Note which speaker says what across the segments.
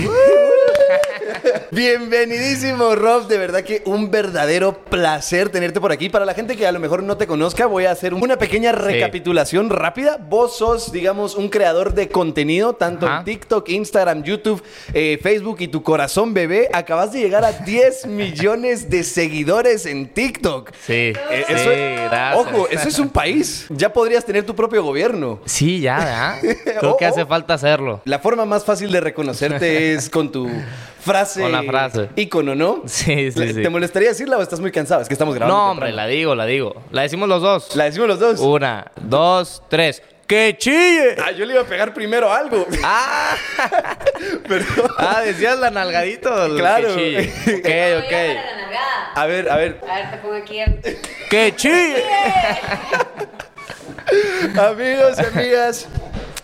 Speaker 1: Bienvenidísimo, Rob. De verdad que un verdadero placer tenerte por aquí. Para la gente que a lo mejor no te conozca, voy a hacer una pequeña recapitulación rápida. Vos sos, digamos, un creador de contenido, tanto en
Speaker 2: Ajá.
Speaker 1: TikTok, Instagram, YouTube, eh, Facebook y tu corazón bebé. Acabas de llegar a 10 millones de seguidores en TikTok.
Speaker 2: Sí,
Speaker 1: Eh,
Speaker 2: sí,
Speaker 1: eso-
Speaker 2: gracias.
Speaker 1: Ojo, eso es un país. Ya podrías tener tu propio gobierno.
Speaker 2: Sí, ya, ¿verdad? Creo que
Speaker 1: Oh, oh.
Speaker 2: hace falta hacerlo.
Speaker 1: La forma más fácil de reconocerte es con tu frase.
Speaker 2: Con la frase.
Speaker 1: Ícono, ¿no?
Speaker 2: Sí, sí,
Speaker 1: ¿Te-
Speaker 2: sí.
Speaker 1: ¿Te molestaría decirla o estás muy cansado? Es que estamos grabando.
Speaker 2: No, hombre,
Speaker 1: temprano.
Speaker 2: la digo, la digo. La decimos los dos.
Speaker 1: La decimos los dos.
Speaker 2: Una, dos, tres. ¡Que chille!
Speaker 1: Ah, yo le iba a pegar primero algo.
Speaker 2: ¡Ah!
Speaker 1: Perdón.
Speaker 2: Ah, decías la nalgadito. el
Speaker 1: Claro.
Speaker 2: Que chille. Ok, ok.
Speaker 1: A ver, a ver.
Speaker 3: A ver, te pongo aquí el...
Speaker 2: ¡Que chille!
Speaker 1: Amigos y amigas.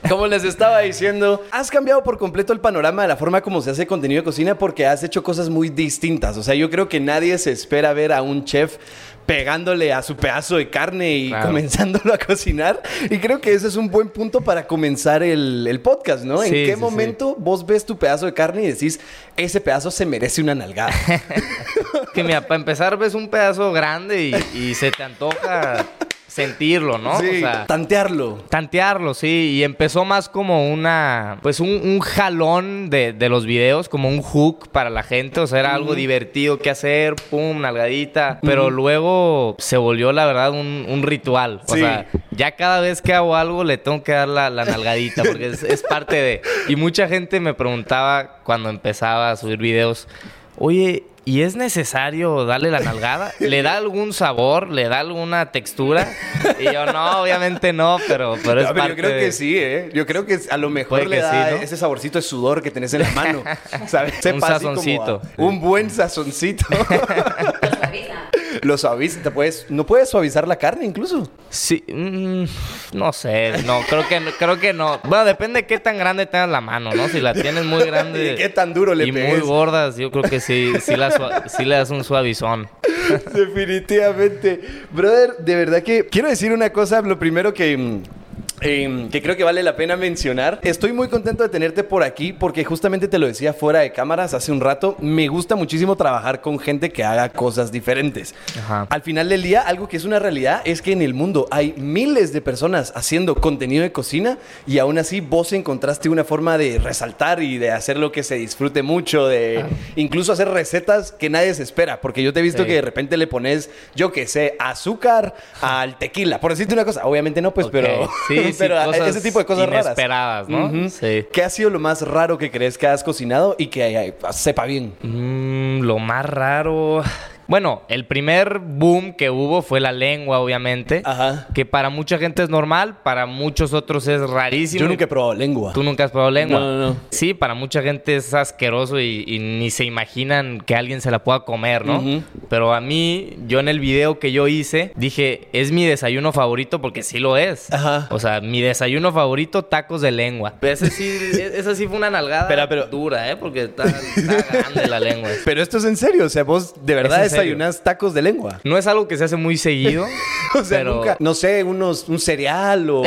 Speaker 1: Como les estaba diciendo, has cambiado por completo el panorama de la forma como se hace contenido de cocina porque has hecho cosas muy distintas. O sea, yo creo que nadie se espera ver a un chef pegándole a su pedazo de carne y
Speaker 2: Claro.
Speaker 1: comenzándolo a cocinar. Y creo que ese es un buen punto para comenzar el, el podcast, ¿no? ¿En
Speaker 2: Sí,
Speaker 1: qué
Speaker 2: sí, sí.
Speaker 1: momento vos ves tu pedazo de carne y decís, ese pedazo se merece una nalgada?
Speaker 2: Que mira, para empezar ves un pedazo grande y, y se te antoja sentirlo, ¿no?
Speaker 1: Sí,
Speaker 2: O sea,
Speaker 1: tantearlo.
Speaker 2: Tantearlo, sí, y empezó más como una, pues un, un jalón de, de los videos, como un hook para la gente, o sea, era algo divertido que hacer, pum, nalgadita, pero luego se volvió la verdad un, un ritual, o
Speaker 1: Sí.
Speaker 2: sea, ya cada vez que hago algo le tengo que dar la, la nalgadita, porque es, es parte de... Y mucha gente me preguntaba cuando empezaba a subir videos, oye... ¿Y es necesario darle la nalgada? ¿Le da algún sabor? ¿Le da alguna textura? Y yo, no, obviamente no, pero, pero es
Speaker 1: No, pero yo
Speaker 2: parte
Speaker 1: creo que
Speaker 2: de-
Speaker 1: sí, ¿eh? Yo creo que a lo mejor
Speaker 2: Puede
Speaker 1: le
Speaker 2: que
Speaker 1: da
Speaker 2: sí, ¿no?
Speaker 1: ese saborcito de sudor que tenés en la mano. ¿Sabes? Sepa así como a-
Speaker 2: sazoncito.
Speaker 1: un buen sazoncito. Lo suaviza. te puedes- no puedes suavizar la carne incluso.
Speaker 2: Sí, mm, no sé, no, creo que, no- creo que no. Bueno, depende de qué tan grande tengas la mano, ¿no? Si la tienes muy grande.
Speaker 1: Y qué tan duro le
Speaker 2: Y muy
Speaker 1: pegues.
Speaker 2: gordas, yo creo que sí, sí, la sua- sí le das un suavizón.
Speaker 1: Definitivamente. Brother, de verdad que quiero decir una cosa, lo primero que... mm, em, que creo que vale la pena mencionar. Estoy muy contento de tenerte por aquí porque justamente te lo decía fuera de cámaras hace un rato, me gusta muchísimo trabajar con gente que haga cosas diferentes.
Speaker 2: Ajá.
Speaker 1: Al final del día, algo que es una realidad es que en el mundo hay miles de personas haciendo contenido de cocina y aún así vos encontraste una forma de resaltar y de hacer lo que se disfrute mucho, de incluso hacer recetas que nadie se espera, porque yo te he visto
Speaker 2: Sí.
Speaker 1: que de repente le pones, yo qué sé, azúcar al tequila, por decirte una cosa. Obviamente no, pues,
Speaker 2: Ok,
Speaker 1: pero,
Speaker 2: sí, sí,
Speaker 1: pero
Speaker 2: cosas
Speaker 1: ese tipo de cosas raras.
Speaker 2: inesperadas, ¿no?
Speaker 1: Ujú.
Speaker 2: Sí.
Speaker 1: ¿Qué ha sido lo más raro que crees que has cocinado y que eh, sepa bien?
Speaker 2: Mm, lo más raro, Bueno, el primer boom que hubo fue la lengua, obviamente.
Speaker 1: Ajá.
Speaker 2: Que para mucha gente es normal, para muchos otros es rarísimo.
Speaker 1: Yo nunca he probado lengua.
Speaker 2: Tú nunca has probado lengua.
Speaker 1: No, no, no.
Speaker 2: Sí, para mucha gente es asqueroso y, y ni se imaginan que alguien se la pueda comer, ¿no?
Speaker 1: Ujú.
Speaker 2: Pero a mí, yo en el video que yo hice, dije, es mi desayuno favorito porque sí lo es.
Speaker 1: Ajá.
Speaker 2: O sea, mi desayuno favorito, tacos de lengua. Pero ese sí, e- esa sí fue una nalgada
Speaker 1: Espera, pero-
Speaker 2: dura, ¿eh? Porque está, está grande la lengua.
Speaker 1: Pero esto es en serio, o sea, vos de verdad
Speaker 2: Pues. en serio.
Speaker 1: desayunás tacos de lengua.
Speaker 2: No es algo que se hace muy seguido.
Speaker 1: O sea,
Speaker 2: pero...
Speaker 1: nunca, no sé, unos, un cereal o,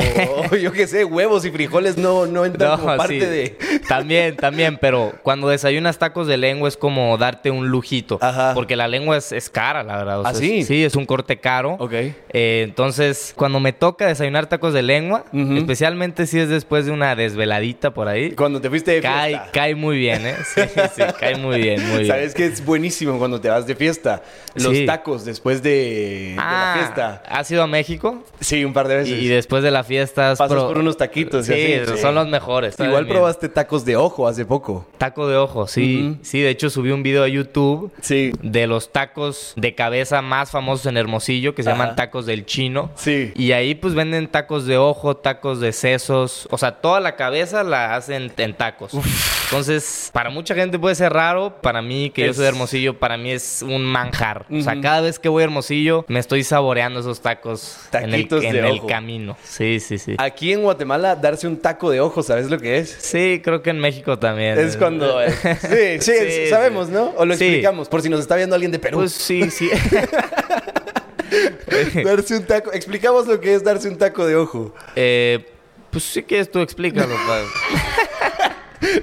Speaker 1: o yo qué sé, huevos y frijoles no, no entran
Speaker 2: No,
Speaker 1: como parte
Speaker 2: sí.
Speaker 1: de...
Speaker 2: También, también, pero cuando desayunas tacos de lengua es como darte un lujito.
Speaker 1: Ajá.
Speaker 2: Porque la lengua es, es cara, la verdad. o
Speaker 1: ¿Ah,
Speaker 2: sea,
Speaker 1: sí?
Speaker 2: es- Sí, es un corte caro.
Speaker 1: Ok.
Speaker 2: Eh, entonces, cuando me toca desayunar tacos de lengua,
Speaker 1: Ujú.
Speaker 2: especialmente si es después de una desveladita por ahí,
Speaker 1: Cuando te fuiste de
Speaker 2: cae,
Speaker 1: fiesta.
Speaker 2: cae muy bien, ¿eh? Sí, sí, cae muy bien, muy bien.
Speaker 1: Sabes que es buenísimo cuando te vas de fiesta. Los
Speaker 2: Sí.
Speaker 1: tacos después de, de
Speaker 2: Ah,
Speaker 1: la fiesta.
Speaker 2: ¿Has ido a México?
Speaker 1: Sí, un par de
Speaker 2: Y,
Speaker 1: veces.
Speaker 2: y después de la fiesta has
Speaker 1: Pasas
Speaker 2: pro-
Speaker 1: por unos taquitos y
Speaker 2: Sí,
Speaker 1: así, sí.
Speaker 2: son los mejores. saben
Speaker 1: Igual
Speaker 2: bien.
Speaker 1: probaste tacos de ojo hace poco.
Speaker 2: Taco de ojo, sí. Sí, de hecho subí un video a YouTube
Speaker 1: Sí.
Speaker 2: de los tacos de cabeza más famosos en Hermosillo, que se
Speaker 1: Ajá.
Speaker 2: llaman tacos del chino.
Speaker 1: Sí.
Speaker 2: Y ahí pues venden tacos de ojo, tacos de sesos, o sea, toda la cabeza la hacen en tacos. Entonces, para mucha gente puede ser raro, para mí, que yo soy de
Speaker 1: Es-
Speaker 2: Hermosillo, para mí es un manjar. O sea, cada vez que voy a Hermosillo, me estoy saboreando esos tacos en el,
Speaker 1: Taquitos
Speaker 2: en
Speaker 1: de
Speaker 2: el
Speaker 1: ojo.
Speaker 2: camino. Sí, sí, sí.
Speaker 1: Aquí en Guatemala, darse un taco de ojo, ¿sabes lo que es?
Speaker 2: Sí, creo que en México también.
Speaker 1: Es cuando... eh, Sí, sí,
Speaker 2: Sí,
Speaker 1: sabemos,
Speaker 2: sí.
Speaker 1: ¿no? O lo
Speaker 2: Sí.
Speaker 1: explicamos, por si nos está viendo alguien de Perú.
Speaker 2: Pues sí, sí.
Speaker 1: Darse un taco. Explicamos lo que es darse un taco de ojo.
Speaker 2: Eh, pues sí que tú explícalo, padre.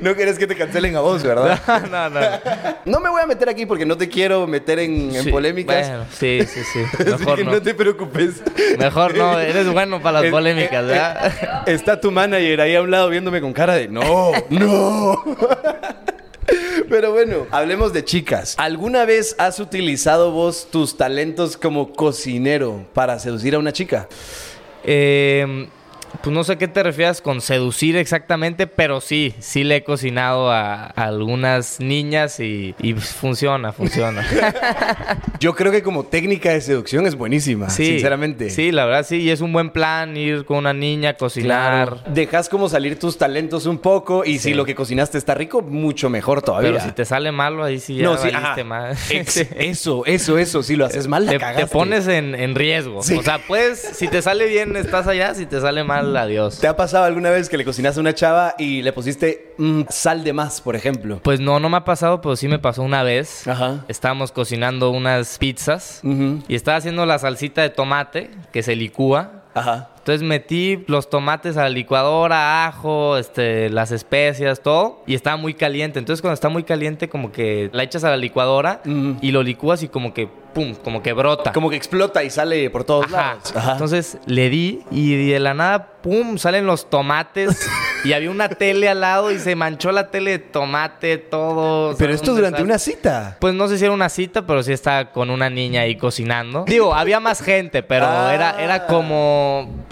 Speaker 1: No querés que te cancelen a vos, ¿verdad?
Speaker 2: no, no. no.
Speaker 1: No me voy a meter aquí porque no te quiero meter en, en
Speaker 2: Sí,
Speaker 1: polémicas.
Speaker 2: bueno, sí, sí, sí.
Speaker 1: Así
Speaker 2: Mejor
Speaker 1: que
Speaker 2: no.
Speaker 1: no. te preocupes.
Speaker 2: Mejor no, eres bueno para las
Speaker 1: Eh,
Speaker 2: polémicas,
Speaker 1: eh,
Speaker 2: ¿verdad?
Speaker 1: eh, Está tu manager ahí a un lado viéndome con cara de no, no. Pero bueno, hablemos de chicas. ¿Alguna vez has utilizado vos tus talentos como cocinero para seducir a una chica?
Speaker 2: Eh, pues no sé qué te refieras con seducir exactamente, pero sí, sí le he cocinado a, a algunas niñas y, y pues, funciona, funciona.
Speaker 1: Yo creo que como técnica de seducción es buenísima,
Speaker 2: Sí,
Speaker 1: sinceramente.
Speaker 2: Sí, la verdad sí, y es un buen plan ir con una niña, a cocinar.
Speaker 1: Claro. Dejas como salir tus talentos un poco y si lo que cocinaste está rico, mucho mejor todavía.
Speaker 2: Pero si te sale malo, ahí sí ya
Speaker 1: no, sí,
Speaker 2: valiste
Speaker 1: ajá.
Speaker 2: mal.
Speaker 1: Ex-
Speaker 2: Sí.
Speaker 1: Eso, eso, eso. Si lo haces mal, la
Speaker 2: te, te
Speaker 1: cagaste.
Speaker 2: pones en, en riesgo.
Speaker 1: Sí.
Speaker 2: O sea, pues, si te sale bien, estás allá. Si te sale mal, adiós.
Speaker 1: ¿Te ha pasado alguna vez que le cocinaste a una chava y le pusiste mm, sal de más, por ejemplo?
Speaker 2: Pues no, no me ha pasado, pero sí me pasó una vez.
Speaker 1: Ajá.
Speaker 2: Estábamos cocinando unas pizzas
Speaker 1: Ujú.
Speaker 2: y estaba haciendo la salsita de tomate que se licúa.
Speaker 1: Ajá.
Speaker 2: Entonces metí los tomates a la licuadora, ajo, este, las especias, todo. Y estaba muy caliente. Entonces cuando está muy caliente, como que la echas a la licuadora
Speaker 1: Ujú.
Speaker 2: y lo licúas y como que, pum, como que brota.
Speaker 1: Como que explota y sale por todos
Speaker 2: Ajá.
Speaker 1: lados. Ajá.
Speaker 2: Entonces le di y de la nada, ¡pum! salen los tomates. y había una tele al lado y se manchó la tele de tomate, todo. o sea,
Speaker 1: Pero
Speaker 2: un
Speaker 1: esto durante
Speaker 2: desastre.
Speaker 1: una cita.
Speaker 2: Pues no sé si era una cita, pero sí estaba con una niña ahí cocinando. Digo, había más gente, pero
Speaker 1: Ah.
Speaker 2: era, era como.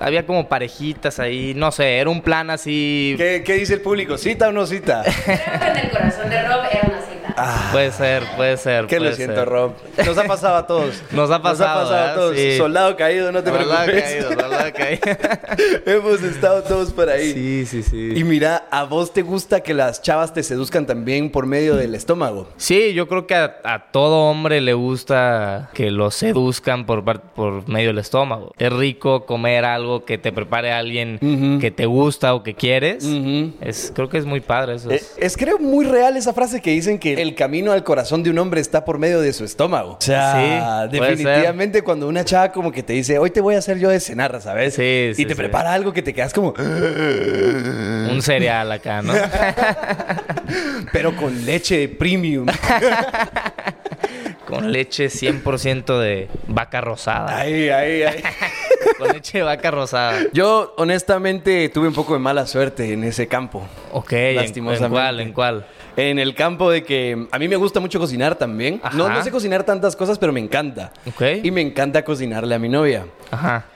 Speaker 2: Había como parejitas ahí, no sé, era un plan así.
Speaker 1: ¿Qué, qué dice el público? ¿Cita o no cita?
Speaker 3: Creo que en el corazón de Rob era una cita.
Speaker 2: Puede ser, puede ser.
Speaker 1: Que lo
Speaker 2: puede
Speaker 1: siento,
Speaker 2: ser.
Speaker 1: Rob. Nos ha pasado a todos.
Speaker 2: Nos ha pasado,
Speaker 1: a
Speaker 2: ¿verdad?
Speaker 1: todos.
Speaker 2: Sí.
Speaker 1: Soldado caído, no te
Speaker 2: Soldado
Speaker 1: preocupes.
Speaker 2: caído, soldado caído.
Speaker 1: Hemos estado todos por ahí.
Speaker 2: Sí, sí, sí.
Speaker 1: Y mira, ¿a vos te gusta que las chavas te seduzcan también por medio del estómago?
Speaker 2: Sí, yo creo que a, a todo hombre le gusta que lo seduzcan por, par- por medio del estómago. Es rico comer algo que te prepare alguien
Speaker 1: Ujú.
Speaker 2: que te gusta o que quieres.
Speaker 1: Ujú.
Speaker 2: es, creo que es muy padre eso.
Speaker 1: Eh, Es creo muy real esa frase que dicen que el camino al corazón de un hombre está por medio de su estómago. O sea,
Speaker 2: Sí, puede ser.
Speaker 1: definitivamente cuando una chava como que te dice, hoy te voy a hacer yo de cenar, ¿sabes?
Speaker 2: Sí,
Speaker 1: y
Speaker 2: sí,
Speaker 1: te
Speaker 2: sí.
Speaker 1: prepara algo que te quedas como,
Speaker 2: Un cereal acá, ¿no?
Speaker 1: pero con leche premium.
Speaker 2: Con leche 100% de vaca rosada.
Speaker 1: ay, ay, ay.
Speaker 2: Con leche de vaca rosada.
Speaker 1: Yo honestamente tuve un poco de mala suerte en ese campo.
Speaker 2: Ok, ¿en-
Speaker 1: Lastimosamente.
Speaker 2: ¿en cuál? ¿En cuál?
Speaker 1: En el campo de que a mí me gusta mucho cocinar también.
Speaker 2: Ajá.
Speaker 1: No, no sé cocinar tantas cosas, pero me encanta.
Speaker 2: Ok.
Speaker 1: Y me encanta cocinarle a mi novia.
Speaker 2: Ajá.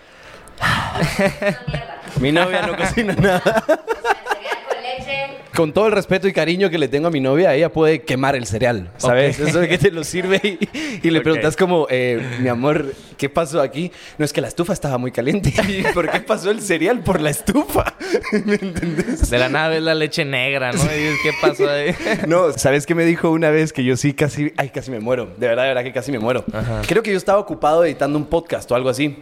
Speaker 1: Mi novia no cocina nada.
Speaker 3: O sea, cereal con leche,
Speaker 1: con todo el respeto y cariño que le tengo a mi novia, ella puede quemar el cereal, ¿sabes?
Speaker 2: Ok.
Speaker 1: Eso de que te lo sirve y, y le
Speaker 2: Ok.
Speaker 1: preguntas como, eh, mi amor, ¿qué pasó aquí? No, es que la estufa estaba muy caliente. ¿Y por qué pasó el cereal por la estufa? ¿Me entendés?
Speaker 2: De la nave es la leche negra, ¿no? Y dices, ¿qué pasó ahí?
Speaker 1: No, ¿sabes qué me dijo una vez? Que yo sí casi, ay, casi me muero. De verdad, de verdad que casi me muero. Creo que yo estaba ocupado editando un podcast o algo así.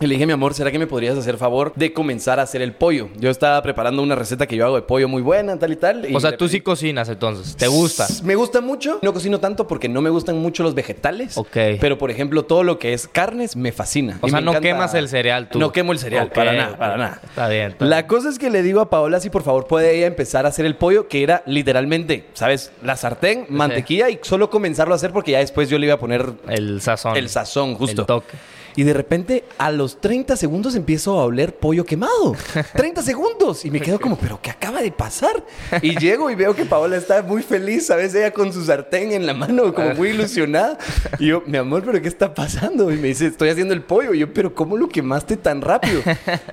Speaker 1: Y le dije, mi amor, ¿será que me podrías hacer favor de comenzar a hacer el pollo? Yo estaba preparando una receta que yo hago de pollo muy buena, tal y tal. y
Speaker 2: O sea,
Speaker 1: le
Speaker 2: tú
Speaker 1: pedí-
Speaker 2: sí cocinas entonces, te gusta.
Speaker 1: Me gusta mucho. No cocino tanto porque no me gustan mucho los vegetales.
Speaker 2: Ok.
Speaker 1: Pero, por ejemplo, todo lo que es carnes me fascina.
Speaker 2: O
Speaker 1: Y
Speaker 2: sea,
Speaker 1: me
Speaker 2: no
Speaker 1: encanta-
Speaker 2: quemas el cereal tú.
Speaker 1: No quemo el cereal.
Speaker 2: Ok,
Speaker 1: Para nada, para nada.
Speaker 2: Está bien. está
Speaker 1: La cosa es que le digo a Paola si por favor puede ella empezar a hacer el pollo, que era literalmente, ¿sabes? La sartén, mantequilla y solo comenzarlo a hacer porque ya después yo le iba a poner
Speaker 2: El sazón.
Speaker 1: el sazón, justo.
Speaker 2: El toque.
Speaker 1: Y de repente, a los 30 segundos empiezo a oler pollo quemado. 30 segundos. Y me quedo como, ¿pero qué acaba de pasar? Y llego y veo que Paola está muy feliz, ¿sabes? Ella con su sartén en la mano, como muy ilusionada. Y yo, mi amor, ¿pero qué está pasando? Y me dice, estoy haciendo el pollo. Y yo, ¿pero cómo lo quemaste tan rápido?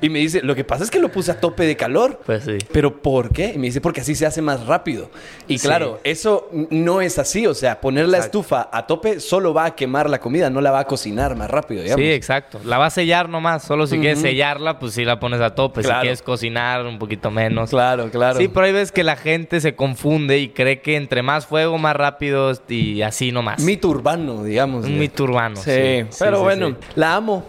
Speaker 1: Y me dice, lo que pasa es que lo puse a tope de calor.
Speaker 2: Pues sí.
Speaker 1: ¿Pero por qué? Y me dice, porque así se hace más rápido. Y
Speaker 2: Sí.
Speaker 1: claro, eso n- no es así. O sea, poner la
Speaker 2: Exacto.
Speaker 1: estufa a tope solo va a quemar la comida, no la va a cocinar más rápido, digamos.
Speaker 2: Sí, exacto. La vas a sellar nomás. Solo si quieres sellarla, pues sí la pones a tope.
Speaker 1: Claro.
Speaker 2: Si quieres cocinar un poquito menos.
Speaker 1: Claro, claro.
Speaker 2: Sí, pero hay veces que la gente se confunde y cree que entre más fuego, más rápido y así nomás.
Speaker 1: Mito urbano, digamos.
Speaker 2: Un
Speaker 1: ¿no?
Speaker 2: mito urbano.
Speaker 1: Sí,
Speaker 2: Sí, sí,
Speaker 1: pero
Speaker 2: sí,
Speaker 1: bueno,
Speaker 2: sí.
Speaker 1: la amo.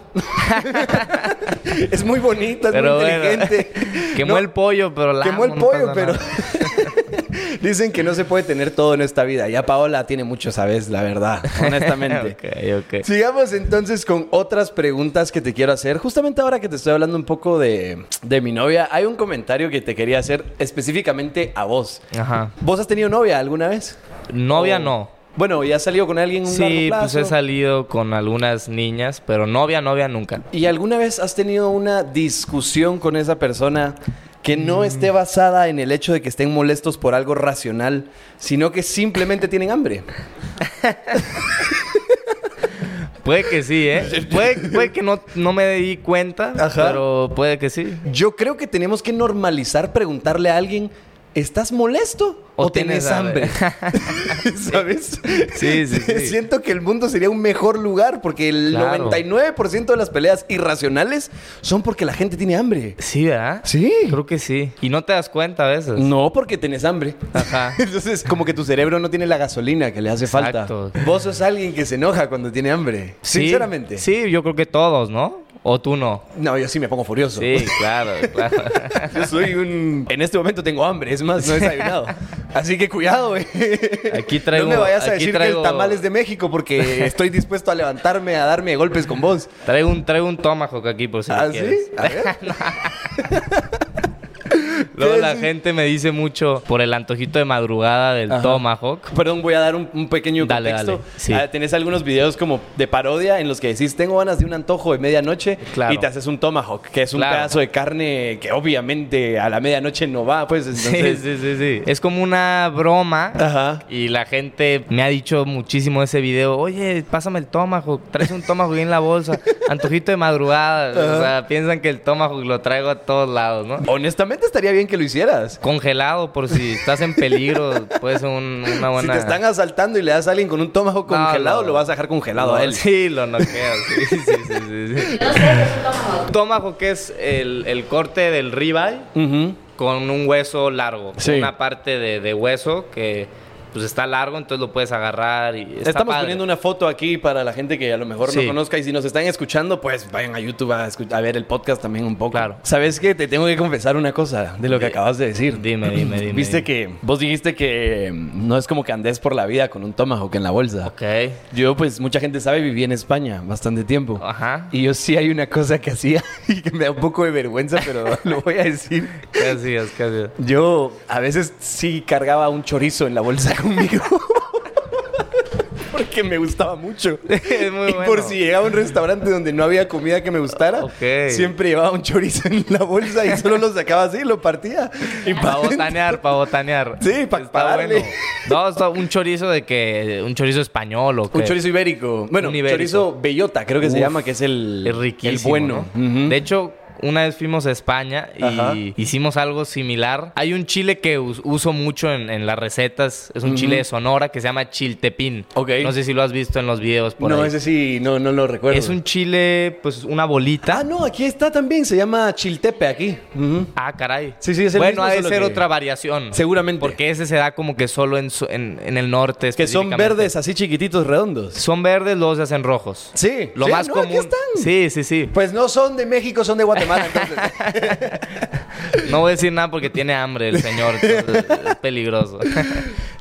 Speaker 1: es muy bonita, es
Speaker 2: Pero
Speaker 1: muy
Speaker 2: bueno,
Speaker 1: inteligente.
Speaker 2: quemó
Speaker 1: No,
Speaker 2: el pollo, pero la
Speaker 1: Quemó el
Speaker 2: amo, no
Speaker 1: pollo,
Speaker 2: pasa
Speaker 1: pero.
Speaker 2: nada.
Speaker 1: Dicen que no se puede tener todo en esta vida. Ya Paola tiene mucho, sabes, la verdad, honestamente.
Speaker 2: ok, ok.
Speaker 1: Sigamos entonces con otras preguntas que te quiero hacer. Justamente ahora que te estoy hablando un poco de, de mi novia, hay un comentario que te quería hacer específicamente a vos.
Speaker 2: Ajá.
Speaker 1: ¿Vos has tenido novia alguna vez?
Speaker 2: Ah. Novia
Speaker 1: O-
Speaker 2: no.
Speaker 1: Bueno, ¿ya has salido con alguien Oh. un
Speaker 2: Sí,
Speaker 1: largo
Speaker 2: pues
Speaker 1: plazo?
Speaker 2: he salido con algunas niñas, pero novia, novia nunca.
Speaker 1: ¿Y alguna vez has tenido una discusión con esa persona que no
Speaker 2: Mm.
Speaker 1: esté basada en el hecho de que estén molestos por algo racional, sino que simplemente tienen hambre?
Speaker 2: Puede que sí, ¿eh? Puede, puede que no, no me di cuenta,
Speaker 1: Ajá.
Speaker 2: pero puede que sí.
Speaker 1: Yo creo que tenemos que normalizar preguntarle a alguien, ¿estás molesto o,
Speaker 2: ¿O
Speaker 1: tienes
Speaker 2: tienes
Speaker 1: hambre?
Speaker 2: hambre?
Speaker 1: ¿Sabes?
Speaker 2: Sí, sí, sí.
Speaker 1: Siento que el mundo sería un mejor lugar porque el
Speaker 2: Claro.
Speaker 1: 99% de las peleas irracionales son porque la gente tiene hambre.
Speaker 2: Sí, ¿verdad?
Speaker 1: Sí.
Speaker 2: Creo que sí. Y no te das cuenta a veces.
Speaker 1: No, porque tenés hambre.
Speaker 2: Ajá.
Speaker 1: Entonces, como que tu cerebro no tiene la gasolina que le hace
Speaker 2: Exacto.
Speaker 1: falta. Vos sos alguien que se enoja cuando tiene hambre.
Speaker 2: Sí.
Speaker 1: Sinceramente.
Speaker 2: Sí, yo creo que todos, ¿no? O tú no.
Speaker 1: No, yo sí me pongo furioso.
Speaker 2: Sí, claro, claro.
Speaker 1: Yo soy un. En este momento tengo hambre, es más, no he desayunado. Así que cuidado, güey.
Speaker 2: Aquí traigo-
Speaker 1: No me vayas a
Speaker 2: aquí
Speaker 1: decir que
Speaker 2: traigo-
Speaker 1: el tamal es de México porque estoy dispuesto a levantarme a darme golpes con vos.
Speaker 2: Traigo un, traigo un tomahawk aquí por si lo
Speaker 1: ¿Ah, sí?
Speaker 2: quieres.
Speaker 1: A ver.
Speaker 2: Luego
Speaker 1: ¿Qué
Speaker 2: la
Speaker 1: decís?
Speaker 2: gente me dice mucho por el antojito de madrugada del
Speaker 1: Ajá.
Speaker 2: tomahawk.
Speaker 1: Perdón, voy a dar un, un pequeño
Speaker 2: Dale,
Speaker 1: contexto.
Speaker 2: dale, sí.
Speaker 1: Ah, tenés algunos videos como de parodia en los que decís, tengo ganas de un antojo de medianoche
Speaker 2: Claro.
Speaker 1: y te haces un tomahawk, que es un
Speaker 2: Claro.
Speaker 1: pedazo de carne que obviamente a la medianoche no va, pues entonces...
Speaker 2: sí, sí, sí, sí. Es como una broma.
Speaker 1: Ajá.
Speaker 2: Y la gente me ha dicho muchísimo ese video. Oye, pásame el tomahawk. Traes un tomahawk ahí en la bolsa. Antojito de madrugada. O sea, piensan que el tomahawk lo traigo a todos lados, ¿no?
Speaker 1: Honestamente estaría bien que lo hicieras.
Speaker 2: Congelado por si estás en peligro. puede ser un- una buena...
Speaker 1: Si te están asaltando y le das a alguien con un tomahawk
Speaker 2: No,
Speaker 1: congelado,
Speaker 2: no.
Speaker 1: lo vas a dejar congelado
Speaker 2: No,
Speaker 1: a él.
Speaker 2: Sí, lo noqueo. Sí, sí, sí, sí, sí.
Speaker 3: No sé qué es un tomahawk.
Speaker 2: Tomahawk es el, el corte del ribeye
Speaker 1: Ujú.
Speaker 2: con un hueso largo.
Speaker 1: Sí.
Speaker 2: Una parte de, de hueso que pues está largo, entonces lo puedes agarrar y está
Speaker 1: Estamos
Speaker 2: padre.
Speaker 1: poniendo una foto aquí para la gente que a lo mejor no
Speaker 2: Sí.
Speaker 1: conozca y si nos están escuchando, pues vayan a YouTube a, escu- a ver el podcast también un poco.
Speaker 2: Claro.
Speaker 1: ¿Sabes qué? Te tengo que confesar una cosa de lo que
Speaker 2: Di-
Speaker 1: acabas de decir.
Speaker 2: dime, dime, dime,
Speaker 1: Viste
Speaker 2: dime.
Speaker 1: que vos dijiste que mm, no es como que andes por la vida con un tomahawk en la bolsa.
Speaker 2: Ok.
Speaker 1: Yo, pues, mucha gente sabe, viví en España bastante tiempo.
Speaker 2: Ajá.
Speaker 1: Y yo sí hay una cosa que hacía y que me da un poco de vergüenza, pero lo voy a decir.
Speaker 2: Casi es, casi es.
Speaker 1: Yo a veces sí cargaba un chorizo en la bolsa conmigo. Porque me gustaba mucho.
Speaker 2: Es muy
Speaker 1: y
Speaker 2: bueno.
Speaker 1: por si llegaba a un restaurante donde no había comida que me gustara,
Speaker 2: Ok.
Speaker 1: siempre llevaba un chorizo en la bolsa y solo lo sacaba así, lo partía.
Speaker 2: Ah,
Speaker 1: Y
Speaker 2: Para
Speaker 1: pa'
Speaker 2: botanear, para botanear.
Speaker 1: Sí, pa- pa' darle.
Speaker 2: No, está un chorizo de que. Un chorizo español o qué.
Speaker 1: Un chorizo ibérico. Bueno,
Speaker 2: Un ibérico.
Speaker 1: chorizo bellota, creo que se
Speaker 2: Uf,
Speaker 1: llama, que es el,
Speaker 2: Es riquísimo.
Speaker 1: el bueno.
Speaker 2: ¿no?
Speaker 1: Ujú.
Speaker 2: De hecho, una vez fuimos a España y
Speaker 1: Ajá.
Speaker 2: hicimos algo similar. Hay un chile que us- uso mucho en, en las recetas, es un chile de Sonora que se llama chiltepín.
Speaker 1: Ok.
Speaker 2: No sé si lo has visto en los videos por
Speaker 1: No,
Speaker 2: ahí.
Speaker 1: ese sí, no, no lo recuerdo.
Speaker 2: Es un chile, pues una bolita.
Speaker 1: Ah, no, aquí está también, se llama Chiltepe aquí. Ujú.
Speaker 2: Ah, caray.
Speaker 1: Sí, sí, es el mismo,
Speaker 2: Bueno, ha de
Speaker 1: solo
Speaker 2: ser
Speaker 1: que-
Speaker 2: otra variación.
Speaker 1: Seguramente.
Speaker 2: Porque ese se da como que solo en, su- en, en el norte.
Speaker 1: Que son
Speaker 2: específicamente.
Speaker 1: verdes así chiquititos, redondos.
Speaker 2: Son verdes, luego se hacen rojos.
Speaker 1: Sí,
Speaker 2: Lo
Speaker 1: sí,
Speaker 2: más
Speaker 1: no, aquí
Speaker 2: común.
Speaker 1: están.
Speaker 2: Sí, sí, sí.
Speaker 1: Pues no son de México, son de Guatemala, entonces.
Speaker 2: No voy a decir nada porque tiene hambre el señor. entonces es peligroso.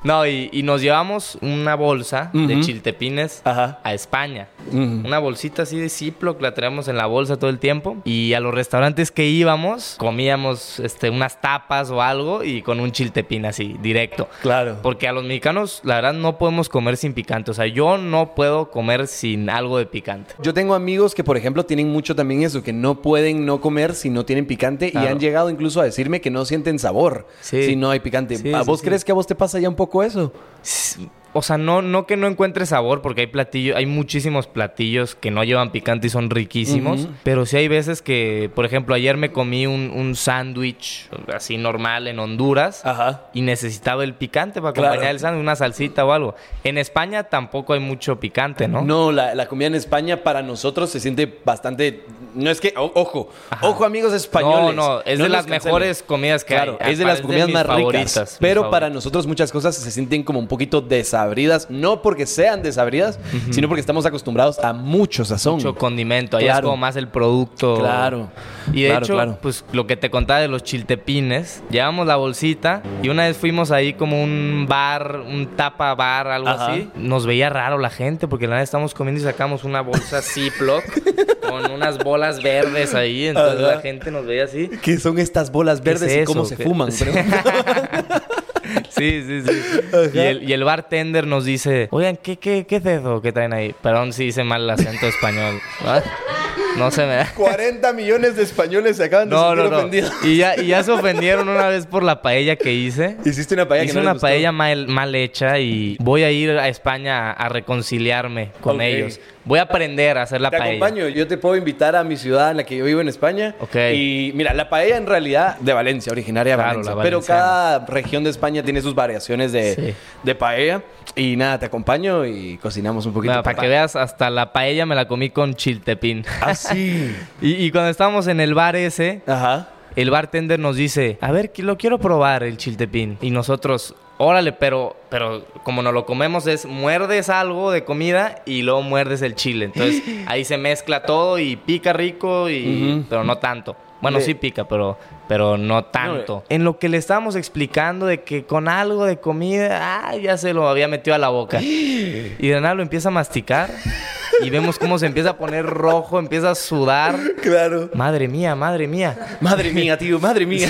Speaker 2: No, y, y nos llevamos una bolsa de chiltepines
Speaker 1: Ajá.
Speaker 2: a España. Una bolsita así de Ziploc, la traíamos en la bolsa todo el tiempo. Y a los restaurantes que íbamos, comíamos este, unas tapas o algo y con un chiltepín así, directo.
Speaker 1: Claro.
Speaker 2: Porque a los mexicanos, la verdad, no podemos comer sin picante. O sea, yo no puedo comer sin algo de picante.
Speaker 1: Yo tengo amigos que, por ejemplo, tienen mucho también eso, que no pueden no comer si no tienen picante y
Speaker 2: Claro.
Speaker 1: han llegado incluso a decirme que no sienten sabor
Speaker 2: Sí.
Speaker 1: si no hay picante.
Speaker 2: Sí,
Speaker 1: ¿A
Speaker 2: sí,
Speaker 1: vos
Speaker 2: sí.
Speaker 1: crees que a vos te pasa ya un poco eso?
Speaker 2: O sea, no, no que no encuentre sabor, porque hay platillos, hay muchísimos platillos que no llevan picante y son riquísimos. Pero sí hay veces que, por ejemplo, ayer me comí un, un sándwich así normal en Honduras
Speaker 1: Ajá.
Speaker 2: y necesitaba el picante para
Speaker 1: Claro.
Speaker 2: acompañar el sándwich, una salsita o algo. En España tampoco hay mucho picante, ¿no?
Speaker 1: No, la, la comida en España para nosotros se siente bastante... No es que... o- ojo, ojo amigos españoles.
Speaker 2: No, no, es de
Speaker 1: nos
Speaker 2: las
Speaker 1: cancelen.
Speaker 2: mejores comidas que
Speaker 1: Claro,
Speaker 2: hay. Ah,
Speaker 1: es de las comidas
Speaker 2: mis
Speaker 1: más
Speaker 2: favoritas,
Speaker 1: ricas.
Speaker 2: mis
Speaker 1: Pero para
Speaker 2: favoritas.
Speaker 1: nosotros muchas cosas se sienten como un poquito desabridas. No porque sean desabridas, sino porque estamos acostumbrados a mucho sazón.
Speaker 2: mucho condimento, allá es
Speaker 1: Claro.
Speaker 2: como más el producto.
Speaker 1: Claro.
Speaker 2: Y de
Speaker 1: Claro,
Speaker 2: hecho,
Speaker 1: claro.
Speaker 2: pues lo que te contaba de los chiltepines, llevamos la bolsita y una vez fuimos ahí como un bar, un tapa bar, algo
Speaker 1: Ajá.
Speaker 2: así. Nos veía raro la gente porque la neta estamos comiendo y sacamos una bolsa Ziploc con unas bolas verdes ahí, entonces
Speaker 1: Ajá.
Speaker 2: la gente nos veía así.
Speaker 1: ¿Qué son estas bolas
Speaker 2: ¿Qué es
Speaker 1: verdes y cómo
Speaker 2: eso?
Speaker 1: se
Speaker 2: ¿Qué-
Speaker 1: fuman?
Speaker 2: Sí.
Speaker 1: Pregunta.
Speaker 2: Sí, sí, sí. Y el, y el bartender nos dice, oigan, ¿qué, qué, ¿qué es eso que traen ahí? Perdón si hice mal el acento español. No, no se me da.
Speaker 1: 40 millones de españoles se acaban de
Speaker 2: No,
Speaker 1: sentir
Speaker 2: no, no.
Speaker 1: ofendidos.
Speaker 2: Y ya, y ya se ofendieron una vez por la paella que hice.
Speaker 1: Hiciste una paella que
Speaker 2: Hice
Speaker 1: no les
Speaker 2: una
Speaker 1: gustó.
Speaker 2: paella mal, mal hecha y voy a ir a España a, a reconciliarme con
Speaker 1: Ok.
Speaker 2: ellos. Voy a aprender a hacer la
Speaker 1: Te
Speaker 2: paella.
Speaker 1: acompaño, yo te puedo invitar a mi ciudad en la que yo vivo en España.
Speaker 2: Ok.
Speaker 1: Y mira, la paella en realidad de Valencia, originaria de
Speaker 2: Claro,
Speaker 1: Valencia.
Speaker 2: la
Speaker 1: Pero
Speaker 2: valenciana.
Speaker 1: cada región de España tiene sus variaciones de,
Speaker 2: Sí.
Speaker 1: de paella. Y nada, te acompaño y cocinamos un poquito.
Speaker 2: Mira, para que veas, hasta la paella me la comí con chiltepín.
Speaker 1: Ah, Así.
Speaker 2: Y, y cuando estábamos en el bar ese,
Speaker 1: Ajá.
Speaker 2: el bartender nos dice, a ver, que lo quiero probar el chiltepín. Y nosotros, órale, pero, pero como no lo comemos es, muerdes algo de comida y luego muerdes el chile. Entonces ahí se mezcla todo y pica rico, y, pero no tanto. Bueno,
Speaker 1: Le-
Speaker 2: sí pica, pero, pero Eh, no tanto. En lo que le estábamos explicando de que con algo de comida, ah, ya se lo había metido a la boca. Y de nada lo empieza a masticar y vemos cómo se empieza a poner rojo, empieza a sudar.
Speaker 1: Claro.
Speaker 2: Madre mía, madre mía.
Speaker 1: Madre mía, tío, madre mía.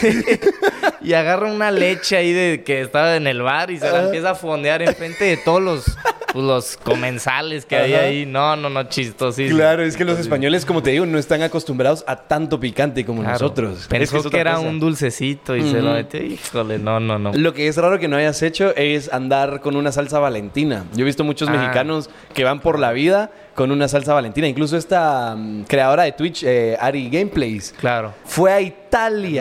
Speaker 2: Y agarra una leche ahí de que estaba en el bar y se la empieza a fondear enfrente de todos los, pues, los comensales que había
Speaker 1: Ajá.
Speaker 2: ahí. No, no, no, chistosísimo.
Speaker 1: Claro, es que los españoles, como te digo, no están acostumbrados a tanto picante como
Speaker 2: Claro.
Speaker 1: nosotros.
Speaker 2: Pensó
Speaker 1: es
Speaker 2: que,
Speaker 1: es otra
Speaker 2: era
Speaker 1: cosa.
Speaker 2: un dulcecito y se lo metió. Híjole, no, no, no.
Speaker 1: Lo que es raro que no hayas hecho es andar con una salsa valentina. Yo he visto muchos
Speaker 2: Ah.
Speaker 1: mexicanos que van por la vida con una salsa valentina. Incluso esta mm, creadora de Twitch, eh, Ari Gameplays,
Speaker 2: Claro.
Speaker 1: fue a Italia.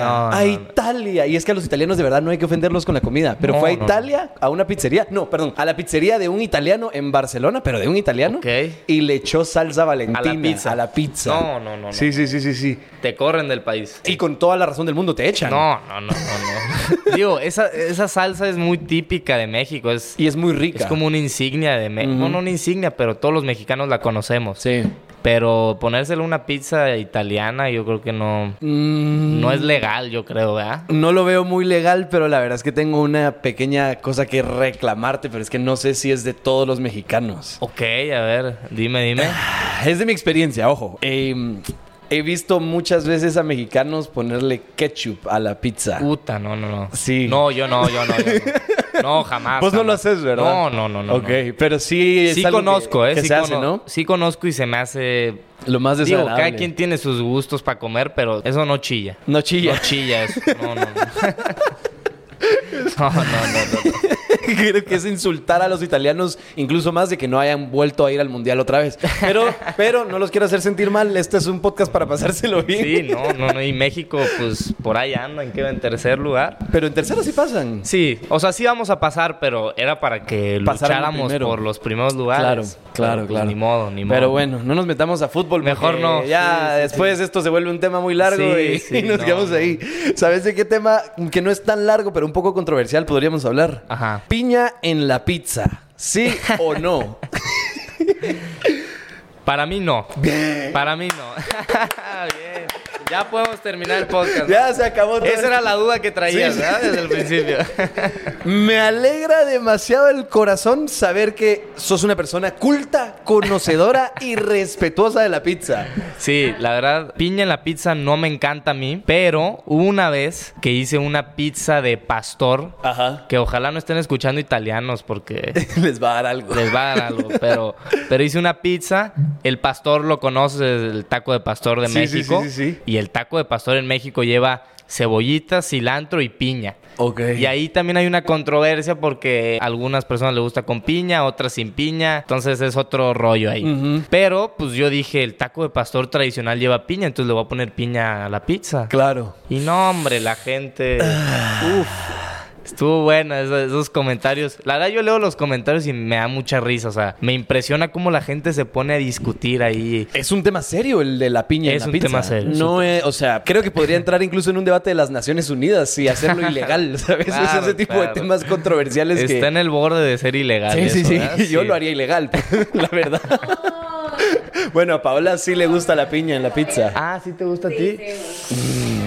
Speaker 2: No,
Speaker 1: a
Speaker 2: no, no.
Speaker 1: Italia. Y es que a los italianos de verdad no hay que ofenderlos con la comida. Pero
Speaker 2: No,
Speaker 1: fue a
Speaker 2: no, no.
Speaker 1: Italia a una pizzería. No, perdón, a la pizzería de un italiano en Barcelona, pero de un italiano.
Speaker 2: Ok.
Speaker 1: Y le echó salsa valentina
Speaker 2: pizza.
Speaker 1: a la pizza.
Speaker 2: No, no, no, no.
Speaker 1: Sí, sí, sí, sí, sí.
Speaker 2: Te corren del país.
Speaker 1: Y con toda la razón del mundo te echan.
Speaker 2: No, no, no, no, no. Digo, esa, esa salsa es muy típica de México. Es,
Speaker 1: Y es muy rica.
Speaker 2: es como una insignia de México. No, no una insignia, pero todos los mexicanos la conocemos.
Speaker 1: Sí.
Speaker 2: Pero ponérselo una pizza italiana, yo creo que no.
Speaker 1: Mm.
Speaker 2: No es legal, yo creo, ¿verdad?
Speaker 1: No lo veo muy legal, pero la verdad es que tengo una pequeña cosa que reclamarte, pero es que no sé si es de todos los mexicanos.
Speaker 2: Ok, a ver, dime, dime.
Speaker 1: Es de mi experiencia, ojo. Eh, he visto muchas veces a mexicanos ponerle ketchup a la pizza.
Speaker 2: Puta, no, no, no.
Speaker 1: Sí.
Speaker 2: No, yo no, yo no. yo no. No, Ah, jamás.
Speaker 1: Vos pues no lo
Speaker 2: jamás.
Speaker 1: haces, ¿verdad?
Speaker 2: No, no, no, no.
Speaker 1: Ok,
Speaker 2: no.
Speaker 1: pero sí es
Speaker 2: Sí
Speaker 1: algo que-
Speaker 2: conozco, ¿eh?
Speaker 1: que
Speaker 2: sí,
Speaker 1: se hace,
Speaker 2: cono-
Speaker 1: ¿no?
Speaker 2: sí conozco y se me hace.
Speaker 1: Lo más
Speaker 2: Digo,
Speaker 1: desagradable.
Speaker 2: cada quien tiene sus gustos para comer, pero eso no chilla.
Speaker 1: No chilla.
Speaker 2: No chilla eso. No, no. No, no, no. no, no.
Speaker 1: Creo que es insultar a los italianos, incluso más de que no hayan vuelto a ir al mundial otra vez. Pero, pero no los quiero hacer sentir mal. Este es un podcast para pasárselo bien.
Speaker 2: Sí, no, no, no. Y México, pues por ahí andan, queda en tercer lugar.
Speaker 1: Pero en tercero sí pasan.
Speaker 2: Sí, o sea, sí vamos a pasar, pero era para que
Speaker 1: Pasaran
Speaker 2: lucháramos
Speaker 1: primero.
Speaker 2: por los primeros lugares.
Speaker 1: Claro, claro,
Speaker 2: Pero, pues,
Speaker 1: claro.
Speaker 2: Ni modo, ni modo.
Speaker 1: Pero bueno, no nos metamos a fútbol.
Speaker 2: Mejor
Speaker 1: porque
Speaker 2: no.
Speaker 1: Ya
Speaker 2: Sí, sí,
Speaker 1: después esto se vuelve un tema muy largo
Speaker 2: Sí,
Speaker 1: y,
Speaker 2: sí,
Speaker 1: y nos
Speaker 2: no,
Speaker 1: quedamos
Speaker 2: no.
Speaker 1: ahí. ¿Sabes de qué tema que no es tan largo, pero un poco controversial podríamos hablar?
Speaker 2: Ajá.
Speaker 1: Piña en la pizza. ¿Sí o no?
Speaker 2: Para mí no. Para mí no. Bien. Ya podemos terminar el podcast.
Speaker 1: ya se acabó todo.
Speaker 2: Esa era
Speaker 1: esto.
Speaker 2: la duda que traías,
Speaker 1: Sí, sí,
Speaker 2: ¿verdad?
Speaker 1: sí.
Speaker 2: Desde el principio.
Speaker 1: Me alegra demasiado el corazón saber que sos una persona culta, conocedora y respetuosa de la pizza.
Speaker 2: Sí, la verdad, piña en la pizza no me encanta a mí, pero hubo una vez que hice una pizza de pastor,
Speaker 1: Ajá.
Speaker 2: que ojalá no estén escuchando italianos porque
Speaker 1: Les va a dar algo.
Speaker 2: les va a dar algo, pero, pero hice una pizza, el pastor lo conoces, el taco de pastor de
Speaker 1: Sí, sí,
Speaker 2: México,
Speaker 1: sí, sí, sí.
Speaker 2: y el taco de pastor en México lleva cebollita, cilantro y piña.
Speaker 1: Ok.
Speaker 2: Y ahí también hay una controversia porque a algunas personas les gusta con piña, otras sin piña. Entonces es otro rollo ahí. Pero pues yo dije, el taco de pastor tradicional lleva piña, entonces le voy a poner piña a la pizza.
Speaker 1: Claro.
Speaker 2: Y no, hombre, la gente... Uf. Estuvo buena eso- esos, comentarios. La verdad yo leo los comentarios y me da mucha risa. O sea, me impresiona cómo la gente se pone a discutir ahí.
Speaker 1: Es un tema serio el de la piña
Speaker 2: Es
Speaker 1: en la
Speaker 2: un
Speaker 1: pizza.
Speaker 2: tema serio, es
Speaker 1: No es- o sea, creo que podría entrar incluso en un debate de las Naciones Unidas y hacerlo ilegal, ¿sabes? Es
Speaker 2: Claro,
Speaker 1: ese tipo
Speaker 2: claro.
Speaker 1: de temas controversiales
Speaker 2: Está
Speaker 1: que
Speaker 2: en el borde de ser ilegal.
Speaker 1: Sí, sí,
Speaker 2: eso,
Speaker 1: sí.
Speaker 2: ¿verdad?
Speaker 1: Yo
Speaker 2: Sí.
Speaker 1: lo haría ilegal, la verdad. bueno, a Paola sí le gusta la piña en la pizza.
Speaker 2: Ah, ¿sí te gusta a ti? Mm.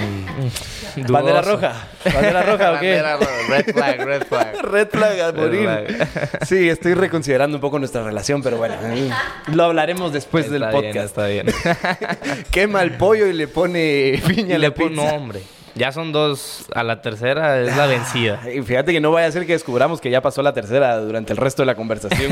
Speaker 1: Bandera
Speaker 2: Dudoso.
Speaker 1: roja. Bandera roja, ¿o qué?
Speaker 2: Bandera roja. Red flag, red flag.
Speaker 1: Red flag a
Speaker 2: Red
Speaker 1: morir.
Speaker 2: flag.
Speaker 1: Sí, estoy reconsiderando un poco nuestra relación, pero bueno, eh, lo hablaremos después del
Speaker 2: Está bien,
Speaker 1: podcast.
Speaker 2: está bien.
Speaker 1: Quema el pollo y le pone piña
Speaker 2: y
Speaker 1: a la
Speaker 2: le pongo
Speaker 1: pizza. Ah,
Speaker 2: nombre. Ya son dos. A la tercera es la vencida.
Speaker 1: Y fíjate que no vaya a ser que descubramos que ya pasó la tercera durante el resto de la conversación.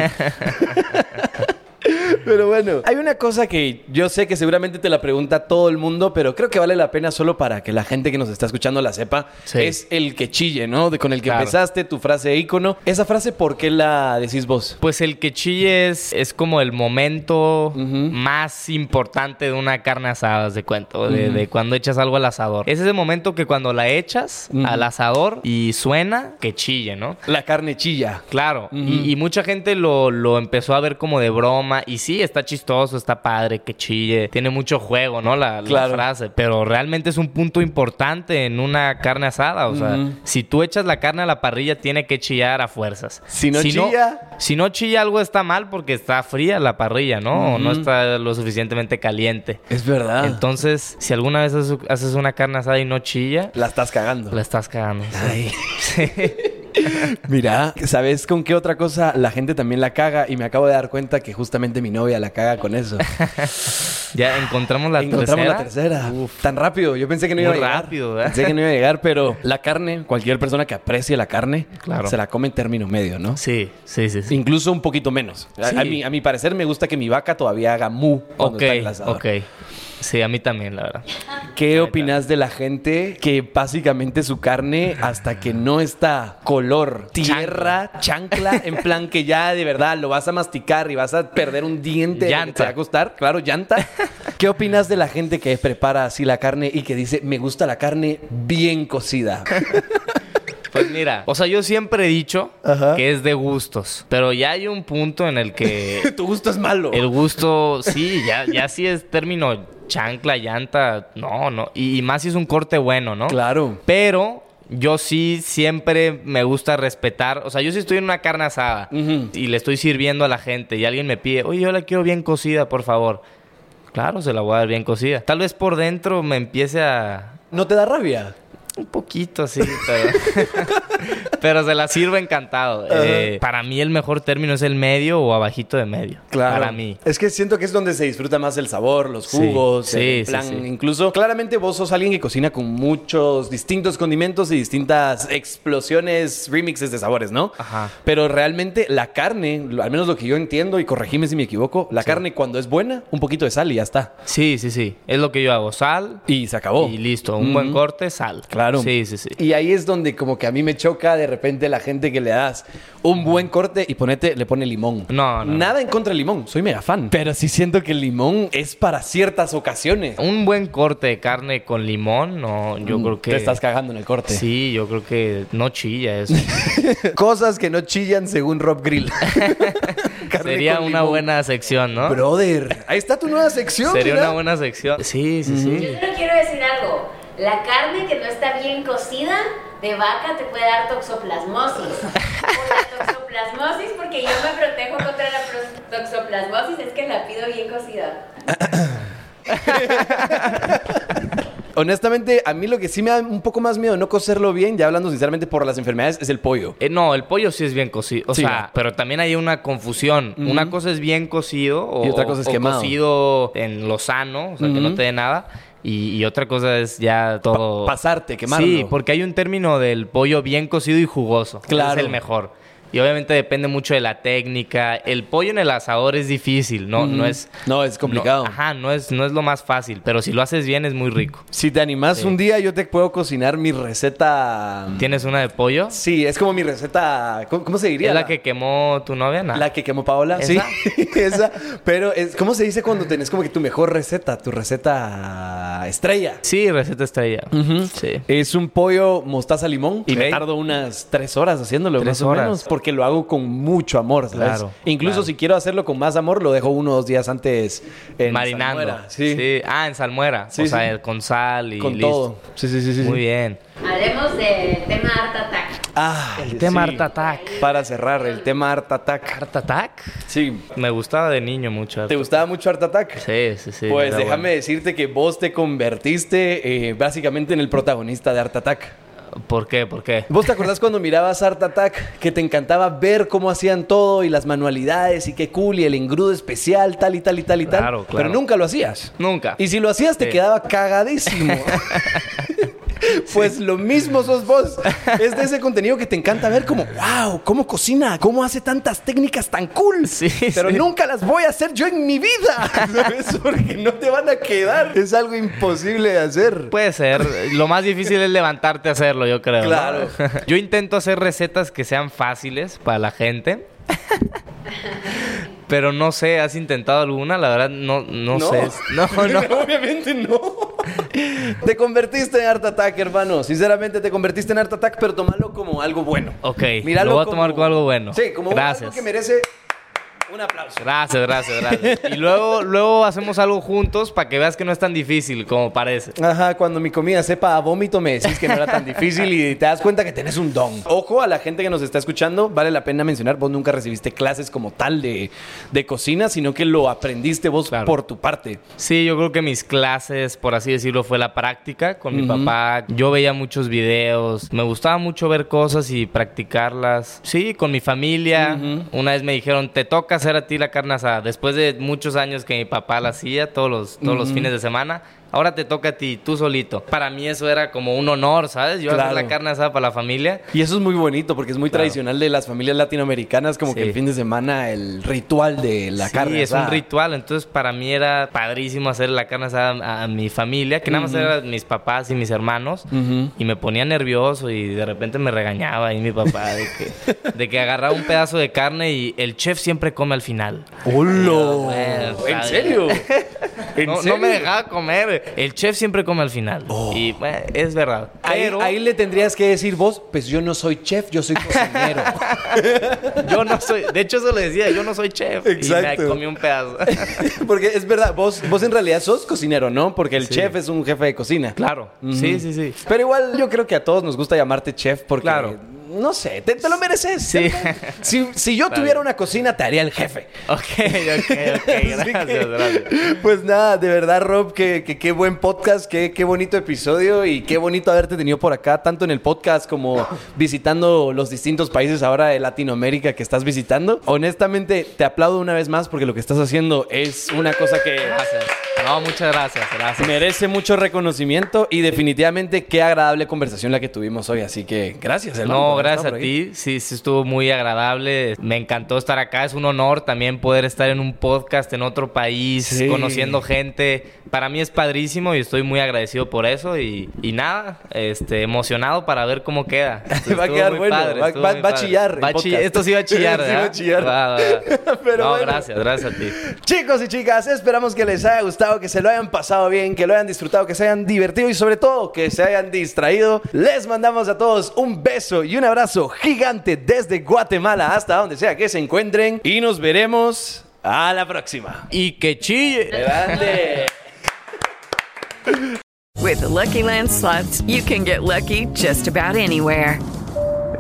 Speaker 1: Pero bueno, hay una cosa que yo sé que seguramente te la pregunta todo el mundo, pero creo que vale la pena solo para que la gente que nos está escuchando la sepa.
Speaker 2: Sí.
Speaker 1: Es el que chille, ¿no? De- con el que
Speaker 2: Claro.
Speaker 1: empezaste, tu frase ícono. Esa frase, ¿por qué la decís vos?
Speaker 2: Pues el que chille es, es como el momento más importante de una carne asada, haz de cuento, de, de cuando echas algo al asador. Es ese momento que cuando la echas al asador y suena, que chille, ¿no?
Speaker 1: La carne chilla.
Speaker 2: Claro, y, y mucha gente lo, lo empezó a ver como de broma. Y sí, está chistoso, está padre, que chille. Tiene mucho juego, ¿no? La, la
Speaker 1: Claro.
Speaker 2: frase. Pero realmente es un punto importante en una carne asada. O sea, si tú echas la carne a la parrilla, tiene que chillar a fuerzas.
Speaker 1: Si no chilla-
Speaker 2: si no chilla, algo está mal porque está fría la parrilla, ¿no? O no está lo suficientemente caliente.
Speaker 1: Es verdad.
Speaker 2: Entonces, si alguna vez haces- haces una carne asada y no chilla,
Speaker 1: la estás cagando.
Speaker 2: la estás cagando.
Speaker 1: Ay. Mira, ¿sabes con qué otra cosa la gente también la caga? Y me acabo de dar cuenta que justamente mi novia la caga con eso.
Speaker 2: Ya encontramos la
Speaker 1: Encontramos
Speaker 2: tercera.
Speaker 1: la tercera. Tan rápido. Yo pensé que no
Speaker 2: Muy
Speaker 1: iba a llegar.
Speaker 2: rápido, ¿verdad?
Speaker 1: Pensé que no iba a llegar, pero la carne, cualquier persona que aprecie la carne,
Speaker 2: Claro.
Speaker 1: se la come en término medio, ¿no?
Speaker 2: Sí, sí, sí. sí.
Speaker 1: Incluso un poquito menos. A-
Speaker 2: Sí.
Speaker 1: A, mi, a mi parecer me gusta que mi vaca todavía haga mu cuando
Speaker 2: Ok,
Speaker 1: está en el asador.
Speaker 2: ok. Sí, a mí también, la verdad.
Speaker 1: ¿Qué opinas de la gente que básicamente su carne hasta que no está color, tierra, chancla, en plan que ya de verdad lo vas a masticar y vas a perder un diente, de lo que
Speaker 2: Llanta.
Speaker 1: te va a costar, claro, llanta? ¿Qué opinas de la gente que prepara así la carne y que dice, "Me gusta la carne bien cocida"?
Speaker 2: Pues mira, o sea, yo siempre he dicho
Speaker 1: Ajá.
Speaker 2: que es de gustos, pero ya hay un punto en el que
Speaker 1: tu gusto es malo.
Speaker 2: el gusto, sí, ya, ya sí es término chancla, llanta, no, no, y, y más si es un corte bueno, ¿no?
Speaker 1: Claro.
Speaker 2: Pero yo sí siempre me gusta respetar. O sea, yo si estoy en una carne asada y le estoy sirviendo a la gente y alguien me pide, oye, yo la quiero bien cocida, por favor. Claro, se la voy a dar bien cocida. Tal vez por dentro me empiece a.
Speaker 1: ¿No te da rabia?
Speaker 2: Un poquito, sí, pero. pero se la sirvo encantado. Eh, para mí, el mejor término es el medio o abajito de medio. Para mí.
Speaker 1: Es que siento que es donde se disfruta más el sabor, los
Speaker 2: Sí,
Speaker 1: jugos,
Speaker 2: sí,
Speaker 1: el
Speaker 2: sí,
Speaker 1: plan.
Speaker 2: sí.
Speaker 1: Incluso, claramente vos sos alguien que cocina con muchos distintos condimentos y distintas explosiones, remixes de sabores, ¿no?
Speaker 2: Ajá.
Speaker 1: Pero realmente la carne, lo- al menos lo que yo entiendo, y corregime si me equivoco, la carne cuando es buena, un poquito de sal y ya está.
Speaker 2: Sí, sí, sí. Es lo que yo hago. Sal
Speaker 1: Y se acabó.
Speaker 2: y listo. Un buen corte, sal.
Speaker 1: Claro.
Speaker 2: Sí, sí, sí.
Speaker 1: Y ahí es donde como que a mí me choca de repente la gente que le das un buen corte y ponete, le pone limón.
Speaker 2: Mm. No, no.
Speaker 1: Nada en contra del limón, soy mega fan. Pero sí siento que el limón es para ciertas ocasiones. Mm,
Speaker 2: Un buen corte de carne con limón, no, yo creo que...
Speaker 1: Te estás cagando en el corte.
Speaker 2: Sí, yo creo que no chilla eso.
Speaker 1: Cosas que no chillan según Rob Grill. Carne
Speaker 2: Sería
Speaker 1: con
Speaker 2: una
Speaker 1: limón.
Speaker 2: buena sección, ¿no?
Speaker 1: Brother, ahí está tu nueva sección.
Speaker 2: Sería
Speaker 1: mira.
Speaker 2: una buena sección. Sí, sí, sí.
Speaker 3: Yo solo quiero decir algo. La carne que no está bien cocida de vaca te puede dar toxoplasmosis. O la toxoplasmosis, porque yo me protejo contra la pros- toxoplasmosis, es que la pido bien cocida.
Speaker 1: Honestamente, a mí lo que sí me da un poco más miedo no cocerlo bien, ya hablando sinceramente por las enfermedades, es el pollo.
Speaker 2: Eh, no, el pollo sí es bien cocido. O
Speaker 1: Sí,
Speaker 2: sea,
Speaker 1: ¿no?
Speaker 2: pero también hay una confusión. Una cosa es bien cocido o,
Speaker 1: Y otra cosa es
Speaker 2: o
Speaker 1: quemado.
Speaker 2: cocido en lo sano, o sea, que no
Speaker 1: Ujú.
Speaker 2: te dé nada. Y, y otra cosa es ya todo...
Speaker 1: Pa- pasarte, quemarlo.
Speaker 2: Oh. Sí, porque hay un término del pollo bien cocido y jugoso.
Speaker 1: Claro.
Speaker 2: Es el mejor. Y obviamente depende mucho de la técnica. El pollo en el asador es difícil, ¿no? No es...
Speaker 1: No, es complicado.
Speaker 2: no- ajá, no es, no es lo más fácil. Pero si lo haces bien es muy rico.
Speaker 1: Si te animás un día, yo te puedo cocinar mi receta.
Speaker 2: ¿Tienes una de pollo?
Speaker 1: Sí, es como mi receta. ¿Cómo, cómo se diría?
Speaker 2: ¿Es la que quemó tu novia? Nah.
Speaker 1: La que quemó Paola,
Speaker 2: ¿Esa?
Speaker 1: sí. Esa. Pero es, ¿cómo se dice cuando tenés como que tu mejor receta, tu receta estrella?
Speaker 2: Sí, receta estrella. Sí.
Speaker 1: Es un pollo mostaza limón y me
Speaker 2: Ok.
Speaker 1: tardo unas tres horas haciéndolo, más
Speaker 2: Tres horas.
Speaker 1: o menos, porque lo hago con mucho amor, ¿sabes?
Speaker 2: Claro,
Speaker 1: Incluso
Speaker 2: claro.
Speaker 1: si quiero hacerlo con más amor, lo dejo uno o dos días antes en
Speaker 2: Marinando.
Speaker 1: salmuera, Sí,
Speaker 2: Ah, en salmuera.
Speaker 1: Sí,
Speaker 2: o sea,
Speaker 1: sí.
Speaker 2: con sal y
Speaker 1: con
Speaker 2: listo.
Speaker 1: todo. Sí, sí, sí, sí.
Speaker 2: Muy bien.
Speaker 3: Hablemos del tema Art Attack.
Speaker 1: Ah,
Speaker 2: El tema
Speaker 1: sí.
Speaker 2: Art Attack.
Speaker 1: Para cerrar, el tema Art Attack.
Speaker 2: ¿Art Attack?
Speaker 1: Sí.
Speaker 2: Me gustaba de niño mucho. Art
Speaker 1: ¿Te gustaba mucho Art Attack?
Speaker 2: Sí, sí, sí.
Speaker 1: Pues
Speaker 2: era
Speaker 1: déjame
Speaker 2: bueno.
Speaker 1: decirte que vos te convertiste eh, básicamente en el protagonista de Art Attack.
Speaker 2: ¿Por qué? ¿Por qué?
Speaker 1: ¿Vos te acordás cuando mirabas Art Attack que te encantaba ver cómo hacían todo y las manualidades y qué cool y el engrudo especial, tal y tal y tal y tal?
Speaker 2: Claro, claro.
Speaker 1: Pero nunca lo hacías.
Speaker 2: Nunca.
Speaker 1: Y si lo hacías te
Speaker 2: Sí.
Speaker 1: quedaba cagadísimo. Pues lo mismo sos vos. Es de ese contenido que te encanta ver como, wow, cómo cocina, cómo hace tantas técnicas tan cool.
Speaker 2: Sí,
Speaker 1: pero
Speaker 2: sí.
Speaker 1: nunca las voy a hacer yo en mi vida. ¿Sabes? Porque no te van a quedar. Es algo imposible de hacer.
Speaker 2: Puede ser. Lo más difícil es levantarte a hacerlo, yo creo. ¿no?
Speaker 1: Claro.
Speaker 2: Yo intento hacer recetas que sean fáciles para la gente. Pero no sé, ¿has intentado alguna? La verdad, no, no, sé. No, no.
Speaker 1: Obviamente no. Te convertiste en Art Attack, hermano. Sinceramente, te convertiste en Art Attack, pero tómalo como algo bueno.
Speaker 2: Ok, lo voy a tomar como algo bueno.
Speaker 1: Sí, como
Speaker 2: Gracias.
Speaker 1: algo que merece un aplauso.
Speaker 2: Gracias, gracias, gracias. Y luego, luego hacemos algo juntos para que veas que no es tan difícil como parece.
Speaker 1: Ajá, cuando mi comida sepa a vómito me decís que no era tan difícil y te das cuenta que tenés un don. Ojo a la gente que nos está escuchando, vale la pena mencionar, vos nunca recibiste clases como tal de, de cocina, sino que lo aprendiste vos
Speaker 2: Claro.
Speaker 1: por tu parte.
Speaker 2: Sí, yo creo que mis clases, por así decirlo, fue la práctica con mi papá. Yo veía muchos videos, me gustaba mucho ver cosas y practicarlas. Sí, con mi familia. Una vez me dijeron, te toca hacer a ti la carne asada. Después de muchos años que mi papá la hacía, todos los, todos los fines de semana. Ahora te toca a ti, tú solito. Para mí eso era como un honor, ¿sabes? Yo hacer
Speaker 1: Claro.
Speaker 2: la carne asada para la familia.
Speaker 1: Y eso es muy bonito porque es muy tradicional de las familias latinoamericanas, como que
Speaker 2: Sí.
Speaker 1: el fin de semana el ritual de la
Speaker 2: sí,
Speaker 1: carne.
Speaker 2: es un
Speaker 1: asada.
Speaker 2: ritual. Entonces, para mí era padrísimo hacer la carne asada a, a mi familia, que nada más eran mis papás y mis hermanos. Y me ponía nervioso y de repente me regañaba ahí mi papá de que, de que agarraba un pedazo de carne y el chef siempre come al final. Eh,
Speaker 1: ¡Holo!
Speaker 2: Bueno,
Speaker 1: Oh, ¿En
Speaker 2: está
Speaker 1: serio? ¿En
Speaker 2: No, no
Speaker 1: serio? Oh.
Speaker 2: me dejaba comer. El chef siempre come al final. Y bueno, es verdad.
Speaker 1: Ahí,
Speaker 2: Pero
Speaker 1: ahí le tendrías que decir vos, pues yo no soy chef, yo soy cocinero.
Speaker 2: yo no soy. De hecho, eso le decía, yo no soy chef. Y
Speaker 1: Exacto.
Speaker 2: me comí un pedazo.
Speaker 1: Porque es verdad, vos, vos en realidad sos cocinero, ¿no? Porque el chef es un jefe de cocina.
Speaker 2: claro. Sí, sí, sí.
Speaker 1: Pero igual yo creo que a todos nos gusta llamarte chef porque...
Speaker 2: Claro.
Speaker 1: No sé, te, te lo mereces.
Speaker 2: Sí.
Speaker 1: Si, si yo tuviera una cocina, te haría el jefe.
Speaker 2: Ok, ok, ok. Gracias, gracias.
Speaker 1: Pues nada, de verdad, Rob, que que- qué buen podcast, que- qué bonito episodio y qué bonito haberte tenido por acá, tanto en el podcast como visitando los distintos países ahora de Latinoamérica que estás visitando. Honestamente, te aplaudo una vez más porque lo que estás haciendo es una cosa que
Speaker 2: Gracias. No, muchas gracias, gracias.
Speaker 1: merece mucho reconocimiento y definitivamente qué agradable conversación la que tuvimos hoy. Así que gracias, hermano.
Speaker 2: No, gracias
Speaker 1: estaba por
Speaker 2: a
Speaker 1: aquí.
Speaker 2: ti. Sí, sí, estuvo muy agradable. Me encantó estar acá. Es un honor también poder estar en un podcast en otro país,
Speaker 1: Sí.
Speaker 2: conociendo gente. Para mí es padrísimo y estoy muy agradecido por eso. Y, y nada, este, emocionado para ver cómo queda.
Speaker 1: Va a
Speaker 2: Estuvo
Speaker 1: quedar
Speaker 2: muy
Speaker 1: bueno, va-
Speaker 2: estuvo
Speaker 1: va-
Speaker 2: muy
Speaker 1: va a
Speaker 2: padre.
Speaker 1: chillar el
Speaker 2: Va a chi-
Speaker 1: podcast.
Speaker 2: Esto sí va a chillar,
Speaker 1: Sí, va a
Speaker 2: ¿verdad?
Speaker 1: chillar.
Speaker 2: Va, va, va.
Speaker 1: Pero
Speaker 2: no,
Speaker 1: bueno.
Speaker 2: gracias, gracias a ti.
Speaker 1: Chicos y chicas, esperamos que les haya gustado, que se lo hayan pasado bien, que lo hayan disfrutado, que se hayan divertido y sobre todo que se hayan distraído. Les mandamos a todos un beso y un abrazo gigante desde Guatemala hasta donde sea que se encuentren y nos veremos a la próxima.
Speaker 2: Y que chille.
Speaker 1: ¡Grande!
Speaker 4: With the Lucky Land slots, you can get lucky just about anywhere.